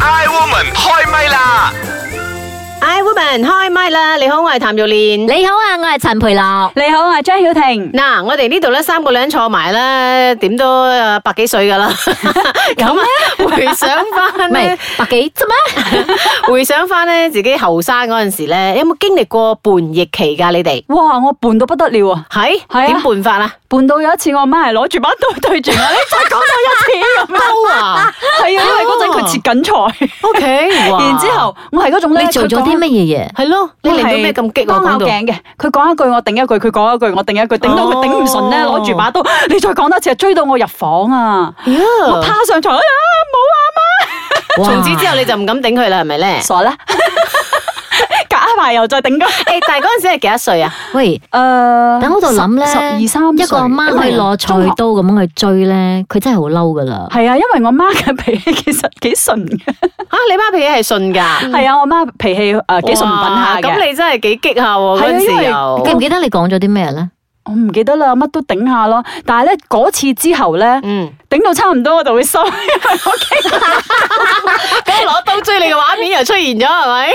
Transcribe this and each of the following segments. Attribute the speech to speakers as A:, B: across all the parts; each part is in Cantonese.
A: Iwoman 開唛啦！
B: I Woman 開麥啦！你好，我係譚玉蓮。
C: 你好啊，我係陳培樂。
D: 你好，我係張曉婷。
B: 嗱，我哋呢度咧三個女坐埋咧，點都呃百幾歲 噶啦。咁啊，回想翻
C: 唔係
B: 咧，
C: 百幾啫咩？
B: 回想翻咧自己後生嗰陣時咧，有冇經歷過叛逆期噶？你哋
D: 哇！我叛到不得了啊，
B: 係
D: 係啊
B: 點叛法 啊？
D: 叛到有一次我媽係攞住把刀對住我，你再講多一次咁樣。
B: 都啊
D: 係啊，因為嗰陣佢切緊菜，
B: ，OK，
D: 然之後我係嗰種咧，
C: 你做咗啲乜嘢嘢？
B: 係咯，你
D: 佢講？
B: 令到咩咁激我
D: 我
B: 講
D: 係當
B: 到
D: 拗頸嘅，佢講一句我頂一句，佢講一句我頂一句，頂到佢頂唔順咧，
B: 哦
D: 攞住把刀，你再講多次，追到我入房啊！我趴上床，哎呀
B: 呀 從此之後你就唔敢頂佢啦，係 咪咧？
D: 傻啦，隔一排又再頂個。
B: 誒，但係嗰陣時係幾多歲啊？
C: 喂，
D: 誒
C: 等我度諗咧，
D: 啊十二三
C: 一個阿媽可以攞菜刀咁樣去追咧，佢真係好嬲噶啦。
D: 係啊，因為我媽嘅脾氣其實幾順嘅，
B: 嚇，啊你媽脾氣係順㗎，
D: 係啊，我媽脾氣誒幾順品下
B: 嗯哇
D: 嘅。
B: 咁你真係幾激下喎
D: 係啊
B: 嗰陣
D: 因
B: 時
D: 為
B: 又。
C: 記唔記得你講咗啲咩咧？
D: 我唔記得啦，乜都頂下咯。但係咧嗰次之後咧，
B: 嗯，
D: 頂到差唔多我就會收，因為我
B: 咁攞刀追你嘅畫面又出現咗，係咪？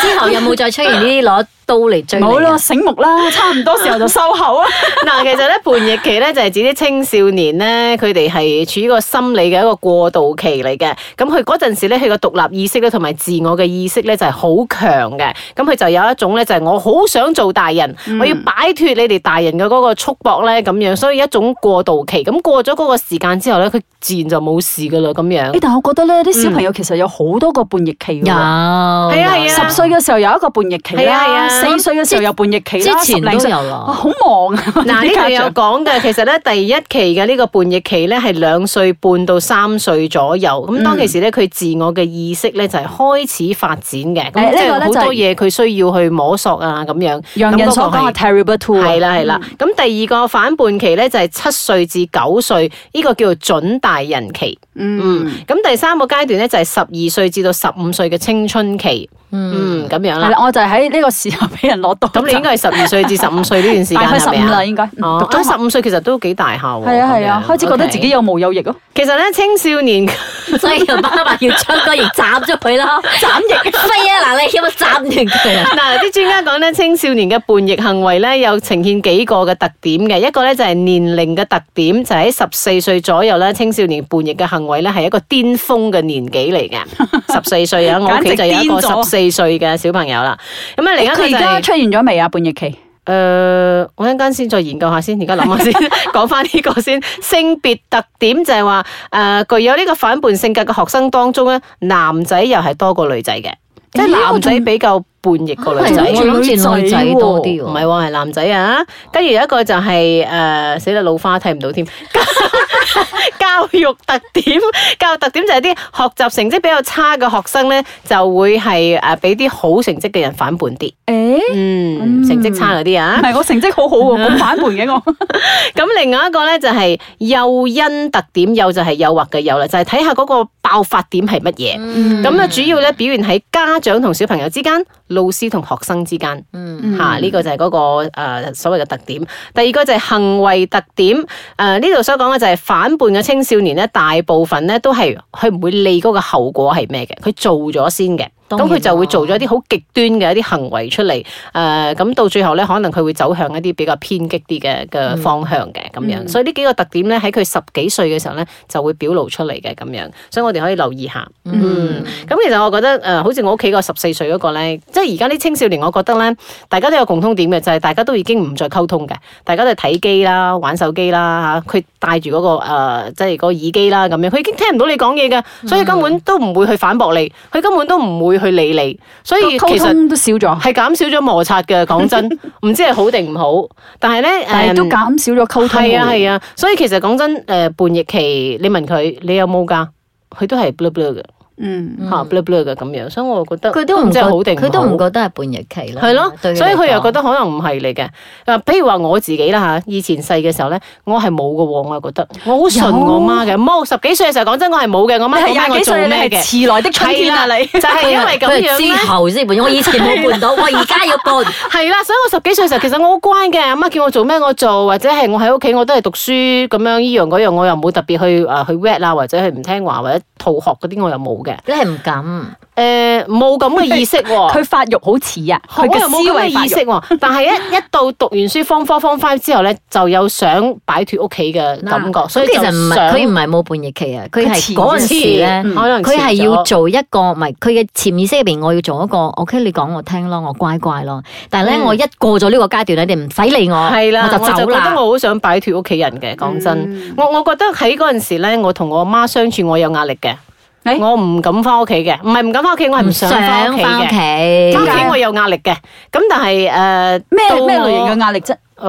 C: 之後有冇再出現呢啲攞刀嚟追你啊？
D: 冇咯，醒目啦，差唔多時候就收 口啊。
B: 嗱，其實咧叛逆期咧就係指啲青少年咧，佢哋係處於個心理嘅一個過渡期嚟嘅。咁佢嗰陣時咧，佢個獨立意識咧同埋自我嘅意識咧就係好強嘅。咁佢就有一種咧就係我好想做大人，我要擺脱你哋大人嘅嗰個束縛咧咁樣，所以一種過渡期。咁過咗嗰個時間之後咧，佢自然就冇事噶啦咁樣
D: 誒，。但係我覺得咧，啲小朋友其實有好多個叛逆期
C: 有。係
D: 㗎。
B: 啊係啊
D: 十歲嘅時候有一個叛逆期
B: 係啊係啊
D: 啦，四歲嘅時候有叛逆期啦，
C: 之前
D: 十零歲
C: 都有啦
D: 哇好忙啊！
B: 嗱，呢
D: 啲
B: 度
D: 家
B: 有
D: 長
B: 講嘅，其實咧第一期嘅呢個叛逆期咧係兩歲半到三歲左右，
D: 嗯
B: 咁當其時咧佢自我嘅意識咧就係開始發展嘅，咁
D: 誒
B: 即係
D: 呢個
B: 好
D: 咧就係
B: 多嘢佢需要去摸索啊咁樣。
D: 洋人所講
B: 咁嗰個係
D: 嘅啊 terrible two
B: 係啦係啦，咁第二個反叛期咧就係七歲至九歲，呢個叫做準大人期。嗯，咁第三個階段咧就係十二歲至到十五歲嘅青春期。嗯，咁樣
D: 係
B: 啦。
D: 啦，我就係喺呢個時候俾人攞到，
B: 咁你應該係十二歲至十五歲呢段時 間
D: 大概十
B: 係咪
D: 五啦，
B: 啊？
D: 應該
B: 哦，
D: 讀中學
B: 十五歲其實都幾大下喎。
D: 係啊係
B: 咁
D: 啊，
B: 樣
D: 開始覺得自己
B: OK
D: 有毛有翼咯，
B: 其實咧，青少年
C: 所以個爸爸要將個翼斬咗佢咯，斬翼飛啊！嗱，你有冇斬完佢啊？
B: 嗱，啲專家講咧，青少年嘅叛逆行為咧，有呈現幾個嘅特點嘅。一個咧就係年齡嘅特點，就喺十四歲左右咧，青少年叛逆嘅行為咧係一個巔峰嘅年紀嚟嘅。十四歲啊，我屋企就有一個
D: 簡直
B: 十
D: 癲咗
B: 四歲嘅小朋友啦。咁啊，另一個
D: 佢
B: 就係、
D: 而家出現咗未啊？叛逆期
B: 誒、呃我一陣間先再研究下先，而家諗下先，講翻呢個先。性別特點就係話，誒、呃具有呢個反叛性格嘅學生當中咧，男仔又係多過女仔嘅，即係
D: 咦
B: 男
D: 我
B: 仔
D: 仲哦
B: 比較叛逆過女
C: 係
B: 仔嗯
C: 啊。我諗住女仔多啲喎
B: 唔係喎，係男仔啊。跟住有一個就係、誒死啦，老花睇唔到添。 教育特點，教育特點就係啲學習成績比較差嘅學生咧，就會係誒俾啲好成績嘅人反叛啲。
D: 誒。
B: 嗯，成績差嗰啲啊
D: 唔。係我成績好好喎，咁反叛嘅我。
B: 咁另外一個咧就係誘因特點，誘就係誘惑嘅誘啦，就係睇下嗰個爆發點係乜嘢。
C: 嗯
B: 咁啊，主要咧表現喺家長同小朋友之間，老師同學生之間。
C: 嗯，
B: 吓呢、個就係嗰、個誒、呃所謂嘅特點。第二個就係行為特點。誒呢度所講嘅就係反叛嘅青少年咧，大部分咧都係佢唔會理嗰個後果係咩嘅，佢做咗先嘅。
C: 當
B: 咁
C: 然
B: 佢就會
C: 啦
B: 做咗一啲好極端嘅一啲行為出嚟，誒、咁到最後咧，可能佢會走向一啲比較偏激啲嘅嘅
C: 嗯
B: 方向嘅咁樣，所以呢幾個特點咧喺佢十幾歲嘅時候咧就會表露出嚟嘅咁樣，所以我哋可以留意下。嗯，咁其實我覺得誒、呃好似我屋企個十四歲嗰個咧，即係而家啲青少年，我覺得咧，大家都有共通點嘅，就係、大家都已經唔再溝通嘅，大家都係睇機啦、玩手機啦嚇，佢戴住嗰、個、呃、即係嗰個耳機啦咁樣，佢已經聽唔到你講嘢嘅，所以根本都唔會去反駁你，佢根本都唔會去理你， 所以
D: 溝
B: 其實
D: 通都少咗，
B: 係減少咗摩擦嘅。講 真，唔知係好定唔好，但係咧
D: 但係都減少咗溝
B: 嗯
D: 通。
B: 係啊係啊，所以其實講真，誒、叛逆期，你問佢你有冇㗎，佢都係 blue blue 嘅。
D: 嗯，
B: 嚇 blue blue 嘅咁樣，所以我覺得
C: 佢都唔
B: 即
C: 覺，
B: 嗯係好定
C: 佢都唔
B: 覺
C: 覺得係叛逆期咯。
B: 係咯，
D: 嗯
C: 對
B: 所以佢又
C: 嚟講
B: 覺得可能唔係嚟嘅。誒，譬如話我自己啦嚇，以前細嘅時候咧，我係冇嘅喎，我又覺得我好順我媽嘅，冇十幾歲嘅時候講真，我係冇嘅，我
D: 你
B: 媽
D: 係
B: 講翻啊我
D: 廿幾
B: 做
D: 歲，你
B: 咩
D: 係
B: 嘅，
D: 遲來的春天啊！你
B: 就係因為咁樣
C: 佢係
B: 咧
C: 之。後先叛，我以前冇叛到，我而家要叛。
B: 係啦，所以我十幾歲嘅時候，其實我好乖嘅，阿媽叫我做咩我做，或者係我喺屋企我都係讀啊書咁樣，依樣嗰樣我又冇特別去誒、呃去 wet 啊，或者係唔聽話或者逃學嗰啲我又冇嘅。嘅。
C: 你係唔敢。
B: 誒冇咁嘅意識喎。
D: 佢發育好似啊，
B: 我
D: 佢嘅
B: 又
D: 思
B: 冇咁
D: 維
B: 嘅
D: 發
B: 意
D: 育
B: 識。喎， 但係一一到讀完書 form four form five 之後咧，就有想擺脱屋企嘅感覺，所以就
C: 嗯咁其實唔係
B: 想
C: 佢唔係冇叛逆期啊，佢係
D: 佢
C: 嗰陣
D: 遲
C: 時咧，
B: 嗯可能
C: 佢係要
B: 遲咗
C: 做一個唔係佢嘅潛意識入邊，我要做一個 OK，你講我聽咯，我乖乖咯。但係咧，
B: 嗯
C: 我一過咗呢個階段咧，你唔使理我，
B: 係啦，我
C: 我就
B: 就覺
C: 走
B: 得
C: 啦。
B: 我好想擺脱屋企人嘅，講真
D: 嗯，
B: 我我覺得喺嗰陣時咧，我同我媽相處，我有壓力嘅，
D: 誒
B: 我唔敢翻屋企嘅，唔係唔敢翻屋企，我係唔想翻屋企
C: 返屋
B: 嘅。
C: 企
B: 翻屋企我有壓力嘅，咁但係誒
D: 咩咩類型嘅壓力啫？
B: 誒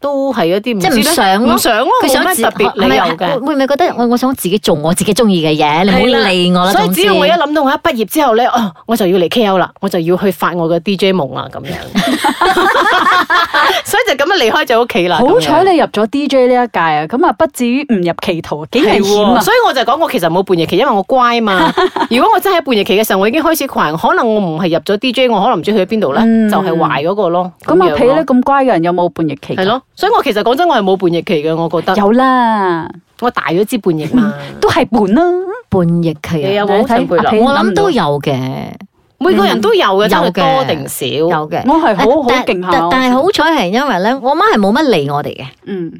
B: 都係一啲
C: 即係
B: 知
C: 唔
B: 咧
C: 想咯
B: 唔想咯，
C: 佢
B: 冇
C: 想
B: 咩
C: 自
B: 特別理由嘅
C: 係咪。會唔會覺得我我想自己做我自己中意嘅嘢，你唔
B: 係啦
C: 好理我啦。
B: 所以
C: 總之
B: 只要我一諗到我一畢業之後咧，哦，我就要嚟 K.O. 啦，我就要去發我嘅 DJ 夢啦， 咁樣。 所以就咁樣離開咗屋企啦。
D: 好彩
B: 咁樣
D: 你入咗 DJ 呢一屆啊，咁啊不至於誤入歧途，幾危
B: 係
D: 險啊
B: 喎，！所以我就講我其實冇叛逆期，因為我乖 嘛。如果我真係喺叛逆期嘅時候，我已經開始狂，可能我唔係入咗 DJ，我可能唔知去咗邊度咧，
D: 嗯
B: 就係壞嗰個咯。
D: 咁啊
B: 樣
D: 阿皮
B: 咯
D: 咧咁乖嘅人有冇叛逆期？
B: 係，咯，所以我其實講真，我係冇叛逆期嘅，我覺得
D: 有啦，
B: 我大咗支叛逆嘛。
D: 都係叛啦。
C: 叛逆期
B: 你有
C: 啊，
B: 冇陳佩
D: 你睇阿
B: 樂
D: 皮？
C: 我諗都有嘅。
B: 每個人都有嘅，真係
C: 嗯有嘅
B: 多定少。
C: 有嘅，
D: 我係哎好好
C: 哎但
D: 勁下
C: 但
D: 我
C: 但係好彩係因為咧，我媽係冇乜理我哋嘅，
D: 嗯，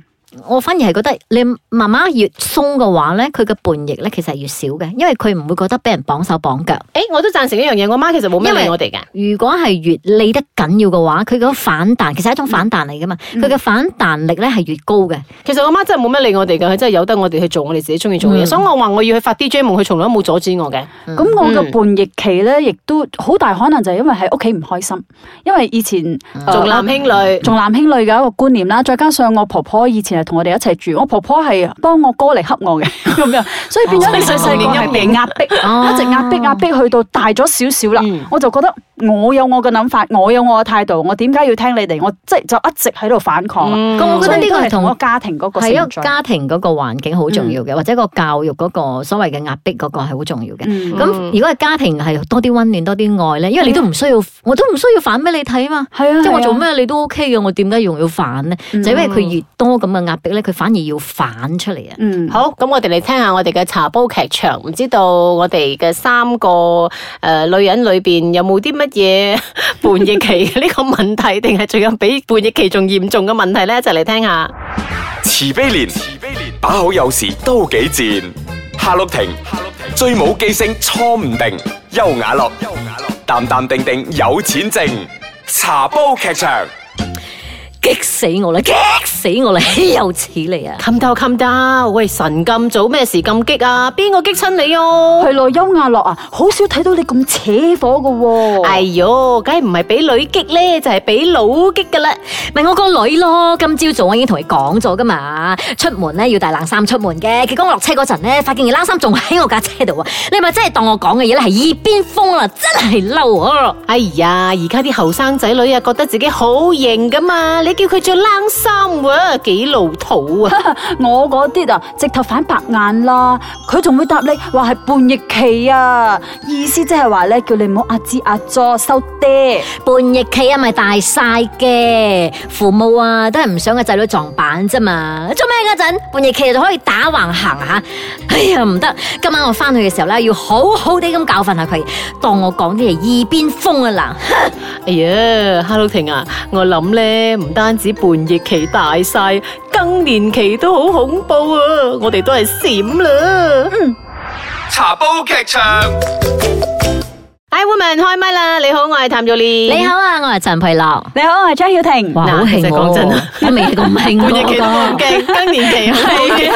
C: 我反而係覺得你媽媽越鬆嘅話咧，佢嘅叛逆咧其實係越少嘅，因為佢唔會覺得俾人綁手綁腳。
B: 誒，我都贊成一樣嘢，我媽其實冇咩
C: 因
B: 理
C: 為
B: 我哋㗎。
C: 如果係越理得緊要嘅話，佢嗰反彈其實係一種反彈嚟噶嘛，
D: 嗯
C: 佢嘅反彈力咧係越高嘅。
B: 其實我媽真係冇乜理我哋㗎，佢真係由得我哋去做我哋自己中意做嘅嘢。
C: 嗯
B: 所以我話我要去發 DJ 夢，佢從來都冇阻止我嘅。
D: 咁我
C: 嗯
D: 嘅叛逆期咧，亦都好大可能就係因為喺屋企唔開心，因為以前
C: 哦
D: 呃
B: 重男輕女，
D: 重男輕女嘅一個觀念啦，再加上我婆婆以前係同我哋一齊住，我婆婆係幫我哥嚟恰我嘅 咁樣，所以變咗
B: 哦
D: 你細細個係被壓迫，
C: 哦
D: 一直壓迫壓迫，去到大咗少少啦
B: 嗯，
D: 我就覺得我有我嘅諗法，我有我嘅態度，我點解要聽你哋？我即係就一直喺度反抗啦。
B: 嗯
C: 咁我覺得呢個
D: 所以都
C: 係同
D: 我啊家庭嗰個嗯
C: 係一個
D: 成長
C: 家庭嗰個環境好重要嘅，或者個教育嗰個所謂嘅壓迫嗰個係好重要嘅。
D: 嗯
C: 咁如果係家庭係多啲温暖多啲愛咧，因為你都唔需要，我都唔需要反俾你睇嘛。
D: 係啊，
C: 即係我
D: 係啊嗯
C: 做？咩你都 OK 嘅，我點解仲要反咧？就因為佢越多咁嘅壓迫咧，佢反而要反出嚟啊！
D: 嗯，
B: 好，咁我哋嚟聽下我哋嘅茶煲劇場，唔知道我哋嘅三個誒、呃女人裏邊有冇啲乜嘢 叛逆期呢個問題，定係仲有比叛逆期仲嚴重嘅問題咧？一齊嚟聽下。
A: 慈悲蓮，慈悲蓮，把口有時都幾賤。夏綠庭，夏綠庭，最冇記性錯唔定。優雅樂，優雅樂，淡淡定定有錢剩。茶煲劇場，
C: 激死我啦！激死我啦！ 豈有此理啊！
B: 冚到冚到，喂神咁早咩事咁激啊？邊個激親你哦、
D: 係咯，優雅樂啊，好少睇到你咁扯火嘅喎。
B: 哎喲，梗係唔係俾女激咧，就係、俾老激噶啦。
C: 咪我個女咯，今朝早我已經同佢講咗噶嘛，出門咧要帶冷衫出門嘅。結果我落車嗰陣咧，發現件冷衫仲喺我架車度啊！你係咪真係當我講嘅嘢咧係耳邊風啊！真係嬲啊！
B: 哎呀，而家啲後生仔女啊，覺得自己好型噶嘛，你叫佢着冷衫喎，幾老土啊！
D: 我嗰啲啊，直頭反白眼啦！佢仲會答你話係叛逆期啊，意思即係話咧，叫你唔好壓支壓咗收爹。
C: 叛逆期啊，咪大晒嘅，父母啊都係唔想個仔女撞板啫嘛。做咩嗰陣叛逆期就可以打橫行下？ 哎呀唔得，今晚我翻去嘅時候咧，要好好地咁教訓下佢，當我講啲嘢耳邊風啊嗱。
B: 哎呀，哈魯婷啊，我諗咧唔單止叛逆期大晒，更年期都好恐怖啊！我哋都係閃啦。
C: 嗯
A: 茶煲劇場。
B: 哎，woman 開麥啦！你好，我係譚玉蓮。
C: 你好啊，我係陳佩樂。
D: 你好，我係張曉婷。
C: 哇，
B: 嗱
C: 好
B: 嗯其
C: 興
B: 實講真
C: 喎
B: 啊！
C: 我未咁 興
B: 叛逆期都咁
C: 過，
B: 勁，更年期好勁。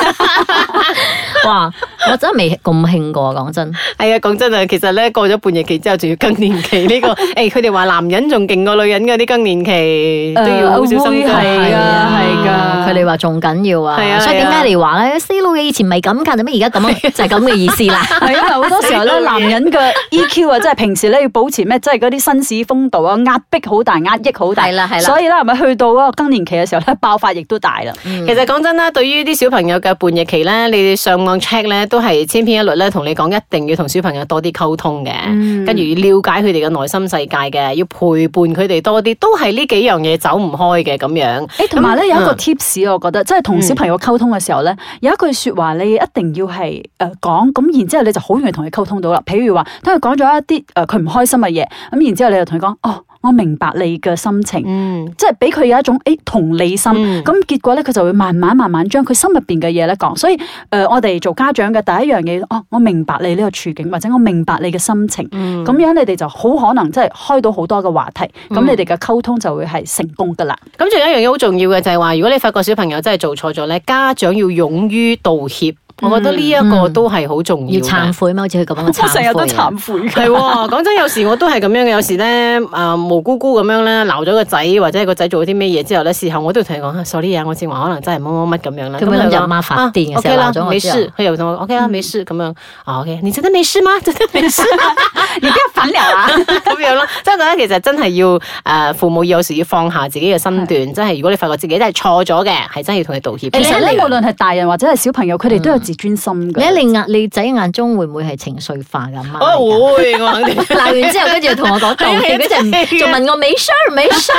C: 哇！我真係未咁興過，講真。
B: 係啊，講真啊，其實咧過咗叛逆期之後，仲要更年期 呢、個，誒佢哋話男人仲勁過女人嘅啲更年期，都要好小心
D: 會
B: 㗎。
D: 係啊係㗎
C: 佢哋話仲緊要啊
B: 係啊，
C: 所以點
B: 係啊
C: 解你話咧死佬嘅以前咪咁㗎，做咩而家 咁啊？就係咁嘅意思啦。
D: 係因為好多時候咧，
B: 死到
D: 男
B: 嘢
D: 人嘅 EQ 啊，即係平時咧要保持咩，即係嗰啲紳士風度啊，壓迫好大，壓抑好大。
C: 係啦係啦
D: 所以咧，係咪去到嗰個更年期嘅時候咧，爆發亦都大啦。
B: 其實講真啦，對於啲小朋友嘅叛逆期咧，你哋上網 check 咧，都係千篇一律咧，同你講一定要同小朋友多啲溝通嘅，
C: 嗯
B: 跟住要了解佢哋嘅內心世界嘅，要陪伴佢哋多啲，都係呢幾樣嘢走唔開嘅咁樣。
D: 誒同埋咧有一個
B: 嗯
D: tips，我覺得即係同小朋友溝通嘅時候咧，有一句説話你一定要係誒講，咁然之後你就好容易同佢溝通到啦。譬如話，當佢講咗一啲誒佢唔開心嘅嘢，咁然之後你就同佢講，哦，我明白你嘅心情，
B: 嗯，
D: 即係俾佢有一種誒同理心。
B: 嗯
D: 咁結果咧，佢就會慢慢慢慢將佢心入邊嘅嘢咧講。所以誒、呃我哋做家長嘅第一樣嘢，哦，我明白你呢個處境，或者我明白你嘅心情。
B: 嗯
D: 咁樣你哋就好可能即係開到好多嘅話題，咁你哋嘅溝通就會係成功噶啦。
B: 咁仲有一樣嘢好重要嘅就係話，如果你發覺小朋友真係做錯咗咧，家長要勇於道歉，我覺得呢一個都係好重
C: 嗯要
B: 要嘅。
C: 懺悔咩？好似佢咁樣嘅懺悔
D: 我
C: 啊。
D: 成日都懺悔
B: 系
D: 㗎。
B: 喎，講真，有時我都係咁樣嘅。有時咧，诶、無辜辜咁樣咧，鬧咗個仔或者個仔做咗啲咩嘢之後咧，事後我都同佢講啊，sorry 啊，我正話可能真係乜乜乜咁樣啦。
C: 咁樣
B: 佢
C: 就
B: 話
C: 媽發
B: 啊
C: 癲嘅
B: OK
C: 成日
B: 啦
C: 鬧咗我
B: 沒
C: 之後
B: 事，佢又同我講 OK 啦，沒事咁樣啊 OK，你真的沒事嗎？ 真的沒事嗎
D: 你邊有粉料啊？
B: 咁樣咯。即係我覺得其實真係要诶、誒父母有時要放下自己嘅身段，真係如果你發覺自己真係錯咗嘅，係真係要同佢道歉。
D: 其實嗯
B: 你
D: 咧，無論係大人或者係小朋友，佢哋都有自尊心
C: 你
D: 嘅。
C: 喺你眼你仔眼中會唔會係情緒化噶？媽
B: 哦我
C: 嚟㗎
B: 會，我肯定。
C: 鬧完之後，跟住又同我講道歉，跟住唔仲問我美 share 美 share，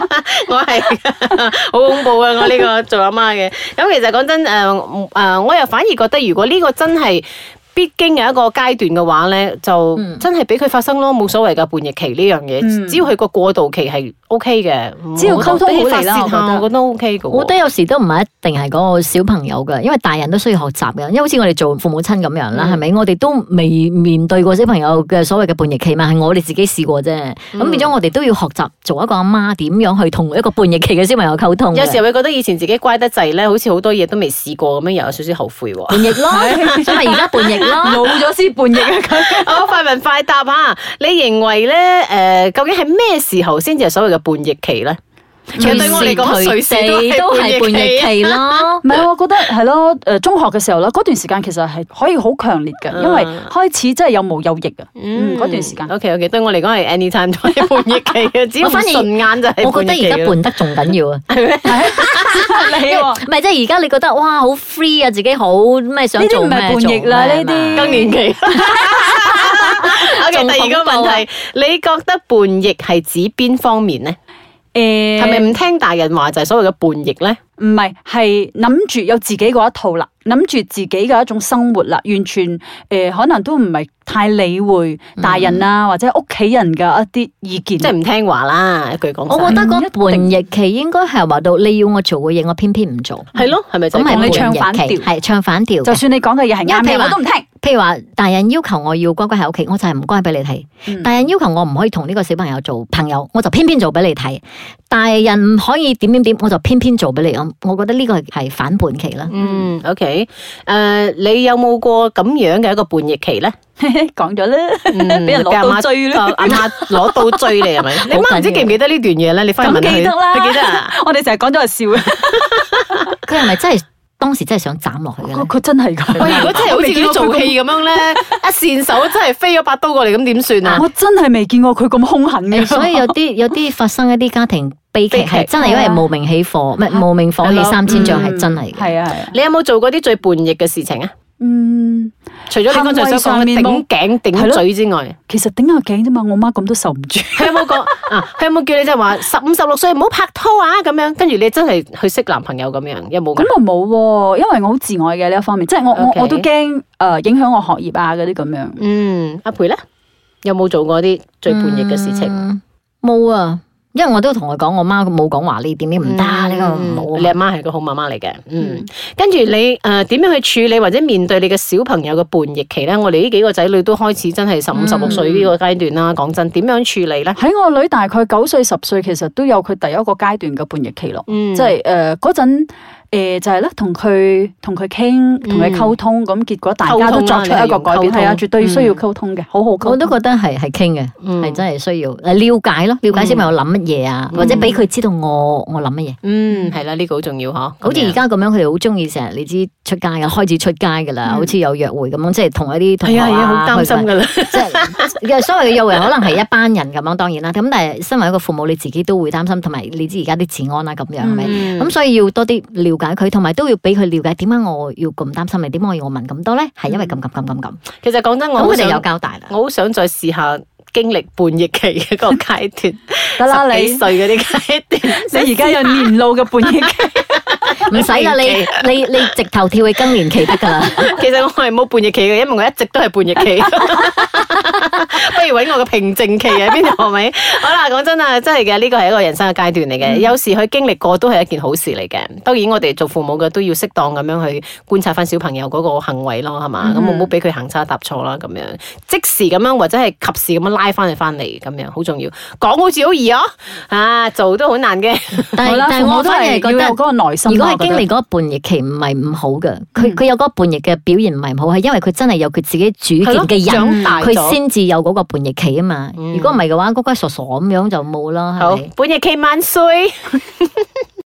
B: 我係 好恐怖啊！我呢個做阿媽嘅，咁其實講真，誒、誒、我又反而覺得，如果呢個真係必經有一個階段嘅話咧，就
C: 嗯
B: 真係俾佢發生咯，冇所謂噶叛逆期呢樣嘢，
D: 嗯
B: 只要佢個過渡期係 O K 嘅，
D: 只要
B: 我覺得
D: 溝通好
B: 俾佢發
D: 嚟啦
B: 泄
D: 我覺
B: 下
D: 得
B: 我覺得 O K 嘅喎。
C: 我覺得有時都唔係一定係嗰個小朋友㗎，因為大人都需要學習㗎。因為好似我哋做父母親咁樣啦，
B: 嗯
C: 係咪？我哋都未面對過小朋友嘅所謂嘅叛逆期嘛，係我哋自己試過啫。咁變咗我哋都要學習做一個阿媽點樣去同一個叛逆期嘅小朋友溝通嘅。
B: 有時候會覺得以前自己乖得滯咧，好似好多嘢都未試過咁樣，又有少少後悔喎。
C: 叛逆咯，所以咪而家叛逆 咯。
D: 啊老咗先叛逆 啊！佢
B: 好，快問快答嚇，你認為咧誒、究竟係咩時候先至係所謂嘅叛逆期咧？其實對我嚟講，
C: 隨
B: 隨
C: 時
B: 時
C: 都
B: 都係
C: 係
B: 叛
C: 叛逆
B: 逆期。
C: 期 咯
D: 唔。係，我覺得係咯。誒，中學嘅時候啦，嗰段時間其實係可以好強烈嘅，因為開始真係有毛有翼啊。嗯，嗰段時間
B: O K O K，對我嚟講係 anytime 都係叛逆期嘅，只要唔
C: 我反而
B: 順眼就係
C: 我覺
B: 叛逆期
C: 得而家
B: 㗎啦。
C: 叛得仲緊要啊！
D: 你喎
C: 唔係即係而家你覺得哇好 free 啊，自己好咩想
D: 呢啲
C: 做啊
D: 唔係
C: 咩
D: 叛逆啦
C: 做咩
D: 呢啲
C: 嘛
B: 更年期。O K，第二個問題，你覺
C: 仲恐怖啊
B: 得叛逆係指邊方面咧？
D: 誒
B: 係咪唔聽大人話就係所謂嘅叛逆咧？
D: 唔係，係諗住有自己嗰一套啦，諗住自己嘅一種生活啦，完全诶、呃可能都唔係太理會大人啊、或者屋企人嘅一啲意見。
B: 即係唔聽話啦，一句講
C: 我
B: 晒
C: 覺得嗰叛逆嗯期應該係話到你要我做嘅嘢，我偏偏唔做。
B: 係咯，係咪就
C: 咁
B: 係
C: 係
B: 叛
C: 叛
B: 逆
C: 逆
D: 你
C: 期
D: 唱反調
C: 係唱反調
D: 就
C: 嘅。
D: 算你講嘅嘢係啱
C: 因為譬
D: 嘅，
C: 如
D: 我都唔聽。
C: 譬如話，大人要求我要乖乖喺屋企，我就係唔乖俾你睇。
D: 嗯
C: 大人要求我唔可以同呢個小朋友做朋友，我就偏偏做俾你睇。大人唔可以點點點，我就偏偏做俾你。咁我覺得呢個係反叛期啦。
B: 嗯，OK，誒，你有冇過咁樣嘅一個叛逆期咧？
D: 講咗啦，
B: 嗯
D: 俾人攞到追啦。
B: 你阿媽攞到追 你係咪？你媽唔知記唔記得呢段嘢咧？你翻去
D: 咁
B: 問佢，
D: 記得啦，
B: 佢記得 啊。
D: 我哋成日講咗係笑嘅，
C: 佢係咪真係當時真係想斬落去嘅咧
D: 佢？佢真係㗎。
B: 喂，如果真係好似嗰啲做戲咁樣咧，一扇手真係飛咗把刀過嚟，咁點算 啊？
D: 我真係未見過佢咁兇狠嘅。
C: 誒所以有啲有啲發生一啲家庭悲劇
B: 悲劇
C: 係真係因為無名起火，唔係無名火起三千丈
D: 嗯
C: 係真係嘅。
D: 係啊係啊，
B: 你有冇做過啲最叛逆嘅事情啊？
D: 嗯，
B: 除咗你剛才所講嘅頂頸頂嘴之外，
D: 其實頂下頸啫嘛，我媽咁都受唔 住。
B: 佢有冇 講啊？佢有冇叫你即係話十五十六歲唔好拍拖啊？咁樣跟住你真係去識男朋友咁樣，有冇㗎
D: 咁？我冇喎，因為我好自愛嘅呢一方面，即係我我
B: OK
D: 我都驚誒影響我學業啊嗰啲咁樣。
B: 嗯，阿培咧有冇做過啲最叛逆嘅事情？
C: 嗯冇啊，因為我都同佢講，我媽冇講話呢點點唔得，呢個唔
B: 嗯你
C: 好啊。
B: 阿媽係個好媽媽嚟嘅，嗯。跟住你誒點樣去處理或者面對你嘅小朋友嘅叛逆期咧？我哋呢幾個仔女都開始真係十
C: 嗯
B: 五、十六歲呢個階段啦。講真，點樣處理咧？
D: 喺我女大概九歲十歲，其實都有佢第一個階段嘅叛逆期咯。
B: 嗯
D: 即係誒嗰陣誒就係咧，同佢同佢
C: 嗯
D: 傾，同佢溝通，咁結果大家都作出一個改
B: 溝通啦你係用溝
D: 變，
B: 通
D: 係啊，絕對需要溝通嘅，好好溝
C: 嗯
D: 通。
C: 我都覺得係係傾嘅，
B: 嗯
C: 係真係需要誒了解咯，了解小朋友諗乜嘢啊，或者俾佢知道我我諗乜嘢。
B: 嗯，係啦，呢個好重要嗬。
C: 好似而家咁樣，佢哋好中意成日你知出街嘅，開始出街㗎啦，好似有約會咁樣，即係同一啲同
B: 係
C: 學
B: 啊，係啊，
C: 啊，
B: 好擔心
C: 去
B: 㗎啦。
C: 即係 所謂嘅幼兒可能係一班人咁樣，當然啦。咁啊但係身為一個父母，你自己都會擔心，同埋你知而家啲治安啦咁樣係咪？咁、
B: 嗯
C: 所以要多啲了了解佢，同埋都要俾佢了解點解我要咁擔心你，點解我要我問咁多咧？係
D: 嗯
C: 因為咁咁咁咁咁，
B: 其實講真，我
C: 咁
B: 好
C: 佢哋有
B: 想，
C: 交代啦
B: 我。好想再試下經歷叛逆期嘅一個階段，
D: 得啦
B: 十
D: 你
B: 幾歲嗰啲階段，
D: 你而家有年老嘅 叛逆期，
C: 唔使啦，你
B: 年
C: 你你直頭跳去更年期得噶啦。
B: 其實我係冇叛逆期嘅，因為我一直都係叛逆期。 不如揾我個平靜期喺邊度係咪？ 好啦，講真啊，真係嘅，呢個係一個人生嘅階段嚟嘅。
C: 嗯
B: 有時佢經歷過都係一件好事嚟嘅。當然我哋做父母嘅都要適當咁樣去觀察翻小朋友嗰個行為咯，係
C: 嗯
B: 嘛？咁唔好俾佢行差踏錯啦，咁樣即時咁樣或者係及時咁樣拉翻佢翻嚟，咁樣好重要。講好似好易哦，啊做都好難嘅。
C: 但
D: 好
C: 係
D: 啦
C: 但
D: 父
C: 係
D: 母
C: 我
D: 都
C: 反而
D: 係
C: 覺
D: 要有
C: 得。
D: 嗰個耐心
C: 如
D: 咯。
C: 果
D: 我覺
C: 係
D: 得
C: 經歷嗰個叛逆期唔係唔好嘅，佢佢有嗰個叛逆嘅表現唔係唔好，係因為佢真係有佢自己主見
B: 係咯
C: 嘅人，
B: 長大咗
C: 佢先至有嗰個叛逆期啊嘛。
B: 嗯
C: 如果唔係嘅話，乖乖傻傻咁樣就冇啦，係
B: 好
C: 咪？，
B: 本日期萬歲。